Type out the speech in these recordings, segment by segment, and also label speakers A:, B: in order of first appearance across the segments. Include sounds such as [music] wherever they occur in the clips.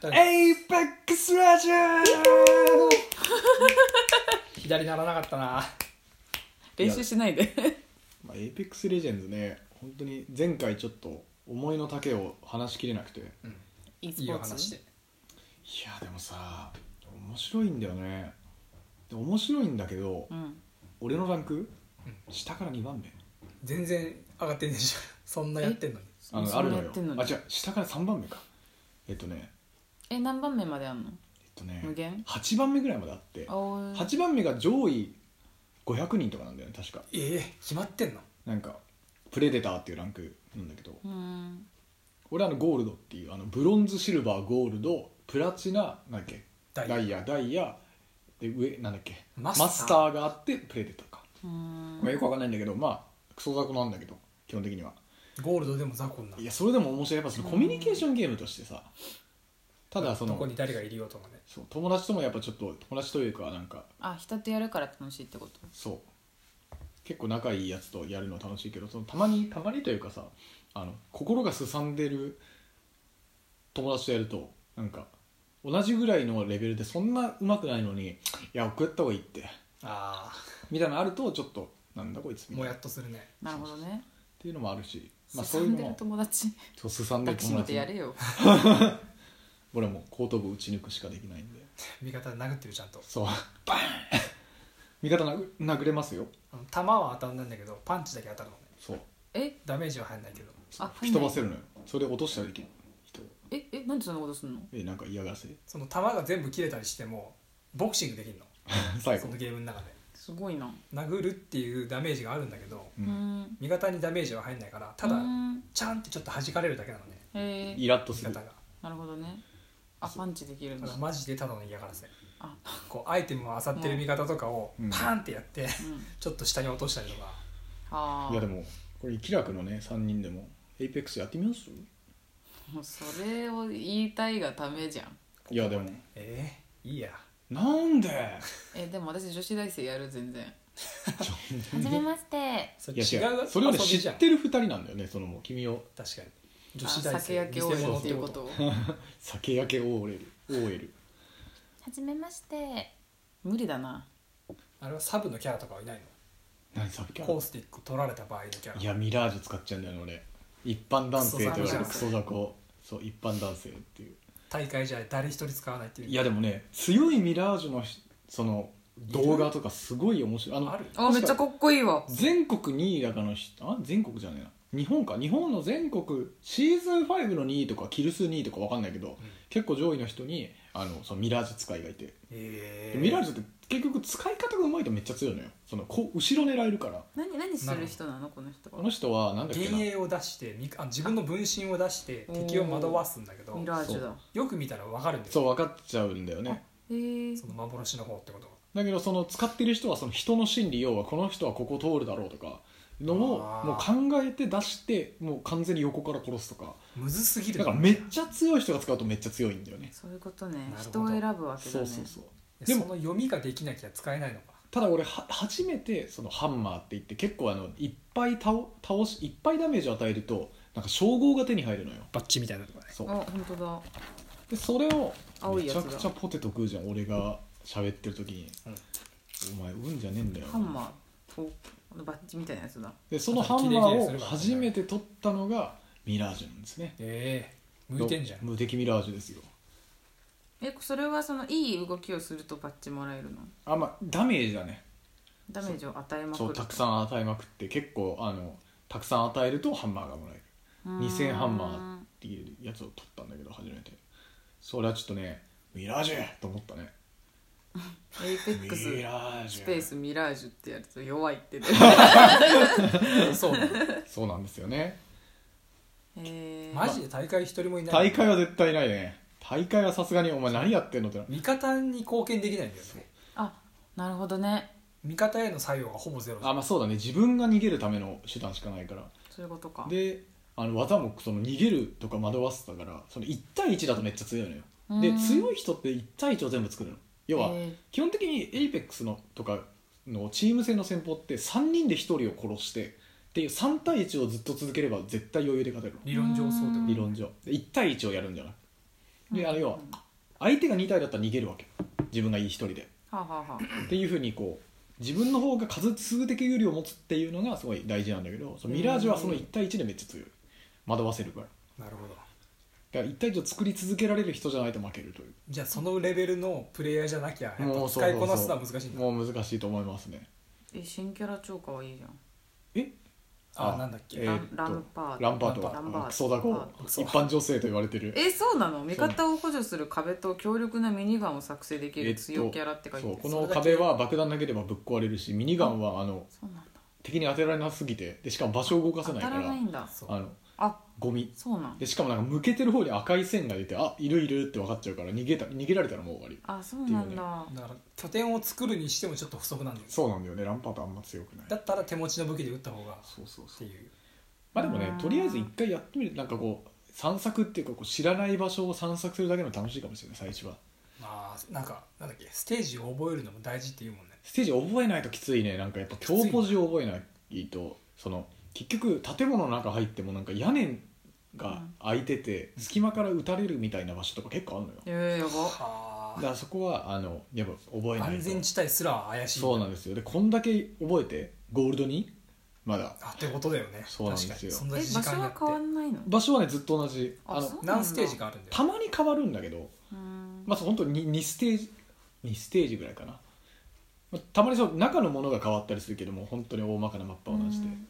A: だから
B: エイペックスラジオ
A: 左ならなかったな
C: 練習しないで
B: まあ、エイペックスレジェンズね本当に前回ちょっと思いの丈を話しきれなくていや
C: いい
A: い
C: ス
A: い
C: ポ
A: お
C: ー
A: 話
C: ツ
A: で
B: でもさ面白いんだよねで面白いんだけど、
C: うん
B: 俺のランク
A: うん
B: 下から2番目
A: 全然上がってねえじゃんそんなやってんのに
B: あの
C: そ
B: あ
C: ん
B: る
C: な
B: の
C: や
B: よ
C: ってんの
B: あ
C: に
B: 違う下から3番目かえっとね
C: え何番目まであんの
B: えっとね
C: 無限
B: 8番目ぐらいまであって
C: おー
B: 8番目が上位500人とかなんだよね確か
A: ええ決まってんの
B: なんかプレデターっていうランクなんだけど
C: うん
B: 俺あのゴールドっていうあのブロンズシルバーゴールドプラチナなんだっけ
A: ダイヤ
B: ダイヤダイヤで上なんだっけ
A: マ
B: マ
A: スター
B: スターがあってプレデターか、
C: うん
B: まあ、よくわかんないんだけどまあクソ雑魚なんだけど基本的には
A: ゴールドでも雑魚になる
B: いやそれでも面白いやっぱそのコミュニケーションゲームとしてさただそ
A: ど
B: の
A: こに誰がいるよとかね
B: そう友達ともやっぱちょっと友達というかなんか
C: あ人とやるから楽しいってこと
B: そう結構仲いいやつとやるの楽しいけどそのたまにたまにというかさあの心がすさんでる友達とやるとなんか同じぐらいのレベルでそんな上手くないのにいや送った方がいいって
A: あ
B: みたいなのあるとちょっとなんだこいつ
A: あ
B: みた
A: も
B: い
A: や
B: なっ
A: っとするね
C: なるほどね
B: ていうのもあるし、まあ、そういうん
C: 進
B: の
C: でる
B: も
C: 友達
B: そうすさんで
C: 抱
B: る
C: きしめ
B: 友
C: てやれ
B: 達
C: よ
B: 俺はもう後頭部打ち抜くしかできないんで
A: 味方殴ってるちゃんと
B: そうバーン味方殴殴れますよ
A: あの弾は当たんないんだけどパンチだけ当たるのね
B: そう
C: え
A: ダメージは入んないけど
C: あ
B: 吹き飛ばせるのよそれで落としたらいける人
C: ええなんでそんなことすんの
B: えなんか嫌がらせ
A: その弾が全部切れたりしてもボクシングできるの
B: 最
A: そ
B: 後
A: のゲームの中です
C: ごいな
A: 殴るっていうダメージがあるんだけど
B: う
C: うんん
A: 味方にダメージは入んないからただ
C: うん
A: チャンってちょっと弾かれるだけなのね
C: へえ
B: イラッと
A: 味
B: する
A: 方が
C: なるほどねあパンチできるん
A: だ
C: だ
A: からマジでただの嫌がらせ
C: あ
A: こうアイテムを漁ってる味方とかを
B: うん
A: パーンってやって
C: うん
A: ちょっと下に落としたりとか
C: ああ
B: いやでもこれ気楽のね3人でもエイペックスやってみます
C: もうそれを言いたいがためじゃん
B: いやでも
A: ええいいや
B: なんで
C: えでも私女子大生やる全然はじめまして
A: [laughs] そ
B: い
A: れ
B: や
A: 違
B: 違
A: う
B: うそれをね
A: 遊
B: 知
A: びじゃ
B: っ
A: ん
B: てる2人なんだよねそのもう君を
A: 確かに女
C: あ
A: 子大
C: 酒
A: 生
C: 焼けをやるっていうこ
A: 偽
C: と
A: 物
C: を
B: 酒焼け OL, OL
C: はじめまして無理だな
A: あれはサブのキャラとかはいない
B: 何さっき
A: の
B: あ
A: コー
B: る
A: スティック取られた場合のキャラ
B: いやミラージュ使っちゃうんだよね俺一般男性と言われるク
A: ク
B: ソ
A: ソ
B: 雑魚そう一般男性っていう
A: 大会じゃ誰一人使わないっていう
B: いやでもね強いミラージュのひその動画とかすごい面白いあの
A: ある
C: あめっちゃかっこいいわ
B: 全国2位だからの人あ全国じゃねえな日本か日本の全国シーズン5の2位とかキル数2位とかわかんないけど、結構上位の人にあのそのミラージュ使いがいて、
A: ええ
B: ミラージュって結局使い方がうまいとめっちゃ強いのよそのこう後ろ狙えるから
C: 何何する人なのこの人
B: こ
C: は
B: の人はなんだっけ
A: 幻
B: な
A: 影を出してみあ自分の分身を出して
C: あ
A: 敵を惑わすんだけど
C: ミラージュだ
A: よく見たら分かるんです
B: そう
A: よ
B: 分かっちゃうんだよね
C: へえ
A: その幻の方ってことが
B: だけどその使ってる人はその人の心理要はこの人はここ通るだろうとかのを
A: あ
B: もう
A: ー
B: 考えて出してもう完全に横から殺すとか
A: むずすぎる
B: だからめっちゃ強い人が使うとめっちゃ強いんだよね
C: そういうことね
A: なるほど
C: 人を選ぶわけだ
B: そう
C: ね
B: そうそう
A: でもその読みができなきゃ使えないのか
B: ただ俺は初めてそのハンマーって言って結構あのいっぱい倒倒しいっぱいダメージを与えるとなんか称号が手に入るのよ
A: バッチみたいなのがね
B: そう
C: あ本当だ
B: でそれを
C: 青い
B: め
C: やつ
B: ち
C: だ
B: ゃくちゃポテト食うじゃん俺が喋ってる時に、お前運じゃねえんだよ
C: ハンマーをあのバッジみたいなやつだ
B: でそのハンマーを初めて取ったのがミラージュなんですね
A: ええ向いてんじゃん
B: 無敵ミラージュですよ
C: えそれはそのいい動きをするとバッジもらえるの
B: あまあダメージだね
C: ダメージを与えまくる
B: そうたくさん与えまくって結構あのたくさん与えるとハンマーがもらえる
C: うん
B: 2000ハンマーっていうやつを取ったんだけど初めてそれはちょっとねミラージュと思ったね
C: エイペックス
B: ミラージュ
C: スペースミラージュってやると弱いってね
B: [laughs]
A: そうなの
B: そうなんですよね
C: へー
A: マジで大会一人もいない
B: 大会は絶対ないね大会はさすがにお前何やってんのってな
A: 味方に貢献できないんだよね
C: あなるほどね
A: 味方への作用がほぼゼロじゃ
B: あ
A: ん
B: まあそうだね自分が逃げるための手段しかないから
C: そういうことか
B: であの技もその逃げるとか惑わせたからその1対1だとめっちゃ強いのよで
C: うん
B: 強い人って1対1を全部作るの要は
C: へー
B: 基本的にエイペックスのとかのチーム戦の戦法って3人で1人を殺してっていう3対1をずっと続ければ絶対余裕で勝てるの
A: 理論上そうってこと
B: 理論上で1対1をやるんじゃなくであの要は相手が2体だったら逃げるわけ自分がいい1人で
C: はあ、はあはあ、
B: っていうふうにこう自分の方が数数的有利を持つっていうのがすごい大事なんだけどそのミラージュはその1対1でめっちゃ強い惑わせるから
A: なるほど
B: だから1対1を作り続けられる人じゃないと負けるという
A: じゃあそのレベルのプレイヤーじゃなきゃやっ
B: も
A: ぱ
B: うそうそう
A: 使い
B: そう
A: こなすのは難しいんだ
B: もう難しいと思いますね
C: え新キャラ超可愛いじゃん
B: え
A: あなんだっけ
B: え
C: ラ
B: ー
C: ン
B: っと
C: ランパート
B: ランパート
C: ランパート
B: クソダコ
A: クソ
B: 一般女性と言われてる
C: えそうなの味方を補助する壁と強力なミニガンを作成でき
B: えっ
C: る
B: と
C: 強キャラって書いて
B: そ
C: る、
B: うこの壁は爆弾投げればぶっ壊れるしミニガンはあの
C: そうなんだ
B: 敵に当てられなすぎてでしかも場所を動かせ
C: 当
B: ないか
C: た
B: ら
C: らないんだ
A: そう
B: あの
C: あ
B: ゴミ
C: そうなん
B: でしかもなんか向けてる方に赤い線が出てあいるいるって分かっちゃうから逃げた逃げられたらもう終わり
C: あそうなんだ
A: だから拠点を作るにしてもちょっと不足なんだよね
B: そうなんだよねランパートあんま強くない
A: だったら手持ちの武器で撃った方がっ
B: そうそうそ
A: て
B: う
A: いう
B: まあでもね
C: あー
B: とりあえず一回やってみるなんかこう散策っていうかこう知らない場所を散策するだけの楽しいかもしれない最初は
A: まあなんかなんだっけステージを覚えるのも大事っていうもんね
B: ステージ覚えないときついねなんかやっぱ強ポジを覚えないとその結局建物の中入ってもなんか屋根が開いてて、隙間から撃たれるみたいな場所とか結構あるのよ、
C: えー、やば
A: は
B: だからそこはあのやっぱ覚
A: あ
B: えないと
A: 安全地帯すら怪しい
B: そうなんですよでこんだけ覚えてゴールドにまだ
A: あってことだよね
B: そうなんですよ
A: 確かにそんな
C: え
A: 時
C: 場
A: 間
C: 所
A: にな
C: は
A: って
C: 変わんないの
B: 場所はねずっと同じ
C: あ
B: あの
C: そう
A: 何ステージかあるんだよ
B: たまに変わるんだけど
C: うーん
B: まあそう本当に 2, ステージ2ステージぐらいかなまあたまにそう中のものが変わったりするけども本当に大まかなマップは同じで
C: うん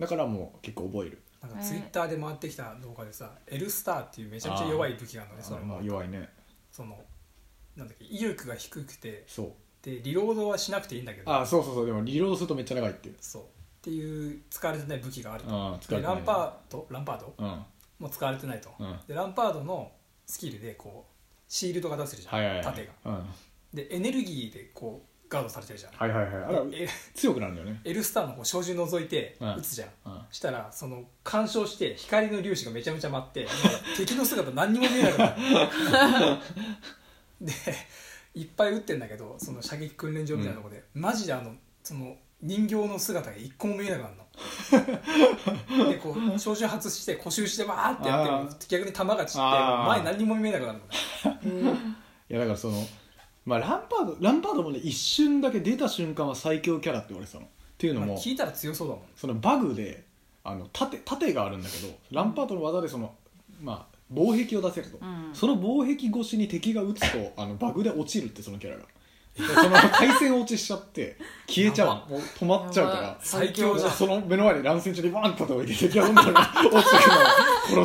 B: だからもう結構覚える
A: なんかツイッターで回ってきた動画でさ、エルスターっていうめちゃめちゃ弱い武器があるのねそ
B: あ
A: れ
B: ま
A: も
B: あ弱いね
A: そのなんだっけ威力が低くて
B: そう
A: でリロードはしなくていいんだけど
B: あそうそうそうでもリロードするとめっちゃ長いっていう
A: そうっていう使われてない武器があると
B: ああ疲れ
A: で
B: てな
A: ラ
B: い
A: ンパードランパード
B: うんは
A: も使われてないと、
B: うん
A: でランパードのスキルでこうシールドが出せるじゃん、
B: いはいはい
A: 盾が
B: うん、は
A: でエネルギーでこうガードされてるじゃん、
B: いはいはいあら
A: え
B: 強くなるんだよね
A: エルスターのこう照準覗いて
B: うん
A: 撃つじゃん、
B: うん
A: したらその干渉して光の粒子がめちゃめちゃ舞って敵の姿何にも見えな
B: [laughs]
A: くなるでいっぱい撃ってんだけどその射撃訓練場みたいなとこで、マジであのその人形の姿が一個も見えなくなるのでこう照準外して固集してバーってやってる
B: あ
A: の逆に弾が散って
B: あー
A: 前何にも見えなくなるのね
B: い [laughs] やだからその、まあ、ランパードランパードもね一瞬だけ出た瞬間は最強キャラって言われてたのっていうの
A: まあ
B: も、
A: 聞いたら強そうだもん
B: そのバグであの盾盾があるんだけどランパードの技でその、まあ、防壁を出せると、
C: うん
B: その防壁越しに敵が撃つとあのバグで落ちるってそのキャラが。その回線落ちしちゃって消えちゃうもう止まっちゃう
C: や
B: か
C: ば
A: 最強
B: ら
A: じゃん
B: その目の前に乱戦中にバーンと叩いて敵がどんどん落ちてくるのを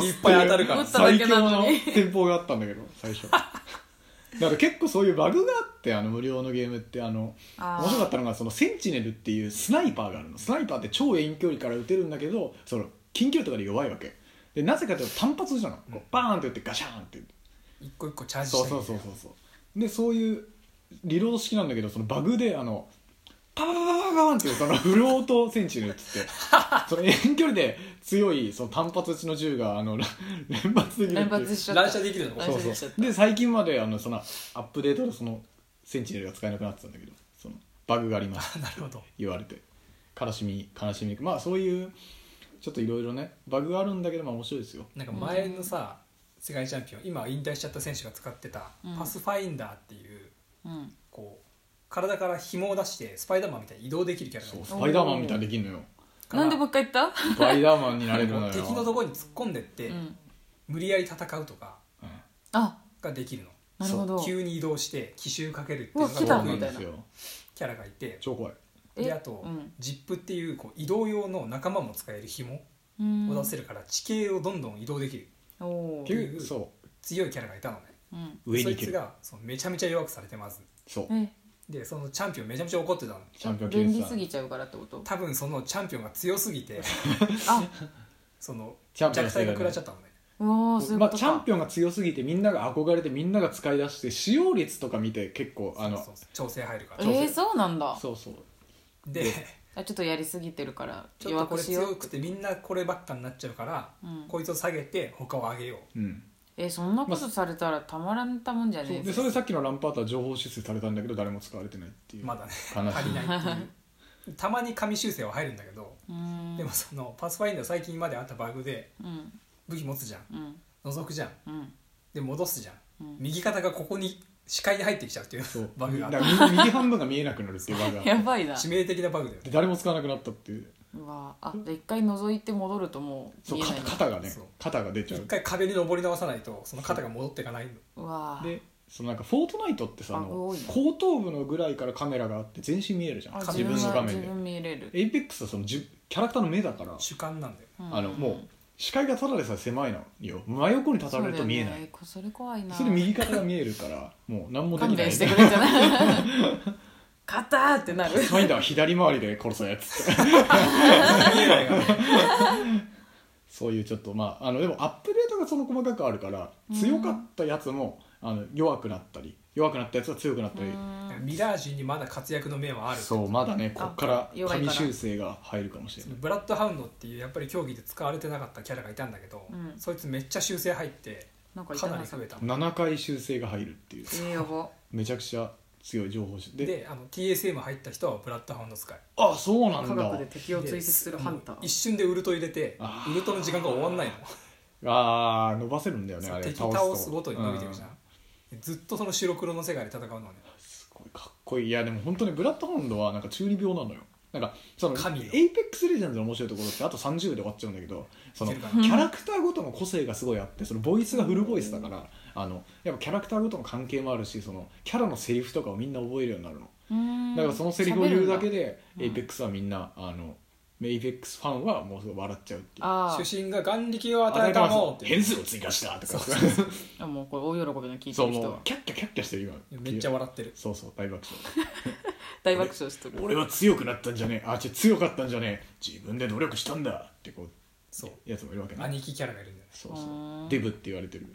B: 殺す
A: いっぱい当たるから
C: 撃っただ
B: 最
C: け
B: 強
C: なの
B: の
C: に
B: 戦法があったんだけど
A: [laughs]
B: 最初だから結構そういうバグがあってあの無料のゲームってあの
C: あー
B: 面白かったのがそのセンチネルっていうスナイパーがあるのスナイパーって超遠距離から撃てるんだけどその近距離とかで弱いわけでなぜかというと単発じゃん、こうバーンって打ってガシャーンって打って
A: 一個一個チャージした
B: そ
A: いう
B: そうそうそうそうでそういうリロード式なんだけどそのバグであのパパパパパパンっていうそのフロートセンチネルっ
C: [laughs]
B: つってその遠距離で強いその単発撃ちの銃があのら [laughs] 連発できるって
C: 連
B: いう
C: 発しちゃった
A: 乱射できるの
C: 乱
B: そう
C: 射できち
B: そ
C: ゃっ
B: うで最近まであのそのアップデートでそのセンチネルが使えなくなってたんだけどそのバグがありました
A: なるほど
B: 言われて悲しみ悲しみまあそういうちょっといろいろねバグがあるんだけどまあ面白いですよ
A: なんか前のさ、世界チャンピオン今引退しちゃった選手が使ってた
C: うん
A: パスファインダーっていう、
C: たうん
A: こう体から紐を出してスパイダーマンみたいに移動できるキャラがい
B: そ
A: る
B: うスパイダーマンみたいにできんのよ
A: から
C: なんでもう一回言った
B: スパイダーマンになれるのよ
A: 敵のところに突っ込んでって、
C: うん
A: 無理やり戦うとか
B: うん
C: あ
A: ができるの
C: なるほど
A: 急に移動して奇襲かけるっていうのが
B: そう
C: 来た
B: な
A: 得
B: ん
A: 意な
B: ですよ
A: キャラがいて
B: 超怖い
A: であと、
C: うん
A: ジップっていうこう移動用の仲間も使える紐
C: うん
A: を出せるから地形をどんどん移動できる
C: おー
B: 結局そ
A: 強いキャラがいたのね
C: う
B: う
C: ん
B: 上
A: そ
B: に
A: い
B: 行け
A: つ
B: る
A: がそうめちゃめちゃ弱くされてます
B: そう
C: え
A: でそのチャンピオンめちゃめちゃ怒ってたの
B: チャンピオン決
C: 便
B: め
C: 利
B: てた
C: すぎちゃうからってこと
A: 多分そのチャンピオンが強すぎ
B: [laughs]
A: て
C: あ
A: その
B: チャン
A: 弱
B: ピオン
A: 体が食らっちゃったのね
C: おおそういう
B: ま
C: こ
B: あ、
C: と
B: チャン
C: か
B: ピオンが強すぎてみんなが憧れてみんなが使い出して使用率とか見て結構あの
A: そうそう調整入るから
B: ン
C: えーそうなんだ
B: そうそう
A: で
C: あちょっとやりすぎてるから
A: ちょっと
C: 弱
A: こ
C: く
A: れ
C: しよ
A: 強
C: う
A: くてみんなこればっかになっちゃうから、
C: うん
A: こいつを下げて他を上げよう
B: うん
C: えそんなことされたらたまらんたもんじゃ
B: そ
C: ね
B: う
C: え
B: で
C: ぞ
B: それさっきのランパートは情報修正されたんだけど誰も使われてないっていう
A: ま
B: [laughs]
A: だね
B: 悲し
A: 足り
B: い
A: ないっていうたまに紙修正は入るんだけど、
C: うーん
A: でもそのパスファインダー最近まであったバグで
C: うん
A: 武器持つじゃん
C: うん
A: 覗くじゃん
C: うん
A: で戻すじゃん
C: うん
A: 右肩がここに視界に入ってきちゃうっていう
B: そう
A: バグがあった
B: だから右右半分が見えなくなるっていうバグがあって
C: やばいな
A: 致命的なバグだよ
B: で
A: ね
B: 誰も使わなくなったっていう
C: うわあで一回覗いて戻るともう
B: そう
C: 見えない
B: 肩
C: な
B: 肩がね
A: そう
B: 肩が出ちゃ
A: 一
B: う
A: 回壁に登り直さないとその肩が戻っていかないの
C: うわ
B: でそのなんかフォートナイトってさあ
C: バグ
B: の
C: 多いね
B: 後頭部のぐらいからカメラがあって全身見えるじゃん
C: あ
A: 自
B: 自
A: 分
B: 分の
C: は
B: 画面
C: 自
B: で
C: 分見れる、
B: エイペックスはそのじキャラクターの目だから
A: 主観なんだ
B: [laughs]
A: よ
C: うん
B: あのもう視界がただでさえ狭いのよ真横に立たれると見えない
C: そうだよねこそれ怖いな
B: それ右肩が見えるからもう何もで
C: 勘
B: きな
C: 弁
B: い
C: してくれんじゃない
B: [laughs]
C: 肩ーってなる
B: ファインダーは左回りで殺すやつって [laughs]
A: 見えないから
B: そういうちょっとまああのでもアップデートがその細かくあるから強かったやつもあの弱くなったり弱くなったやつは強くなったり
C: うん
A: ミラージュにまだ活躍の面はある
B: そうまだねこっか
C: あ
B: ら
C: 弱い
B: 紙
C: から
B: 修正が入るかもしれ
A: そ
B: な
A: の
B: い
A: ブラッドハウンドっていうやっぱり競技で使われてなかったキャラがいたんだけど、
C: うん
A: そいつめっちゃ修正入って
C: なんかい
A: か
C: た
A: な
C: な
A: り増えた
B: 7回修正が入るっていう
C: えー、やば
B: めちゃくちゃ強い情報誌
A: で
B: で
A: あの TSM 入った人はブラッドハウンド使い
B: あそうな
C: 科
B: んだ
C: 学で敵を追跡するハンタ
A: で一
C: ー
A: 瞬でウルト入れて
B: あー
A: ウルトの時間が終わんないの
B: ああ伸ばせるんだよね
A: そ
B: あ
A: う
B: れ
A: 敵
B: 倒す
A: 倒すごとに伸びてるじゃ、
B: うん
A: ずっとその白黒の世界で戦うのね
B: すごいかっこいいいやでも本当にブラッドハウンドはなんか中二病なのよなんかその
A: 神よ
B: エイペックスレジェンズの面白いところってあと30で終わっちゃうんだけどその
A: い
B: キ
A: けるかな
B: ャラクターごとの個性がすごいあってそのボイスがフルボイスだからあのやっぱキャラクターごとの関係もあるしそのキャラのセリフとかをみんな覚えるようになるの
C: うん
B: だからそのセリフを言うだけで
C: 喋
B: エ
C: る
B: イ
C: んだ
B: ペックスはみんなあのエイペックスファンはもうすごい笑っちゃうっていう
C: あ
A: 主審が眼力を与
B: 与
A: え
B: え
A: た
B: た
A: の
B: の
A: って
B: 変数を追加したとか
C: ーあもうこれ大喜びの聞い
B: そ
C: て
B: う
C: る人
B: もう
C: は
B: キャッキャキャッキャしてる今
A: めっちゃ笑ってる
B: そうそう大爆笑
C: 大爆笑してる
B: 俺は強くなったんじゃねえあ違う強かったんじゃねえ自分で努力したんだってこ
A: そう
B: うやつもいるわけね
A: 兄貴キャラがいるんだよね
B: そう
C: う
B: そ
C: ー
B: うんデブって言われてる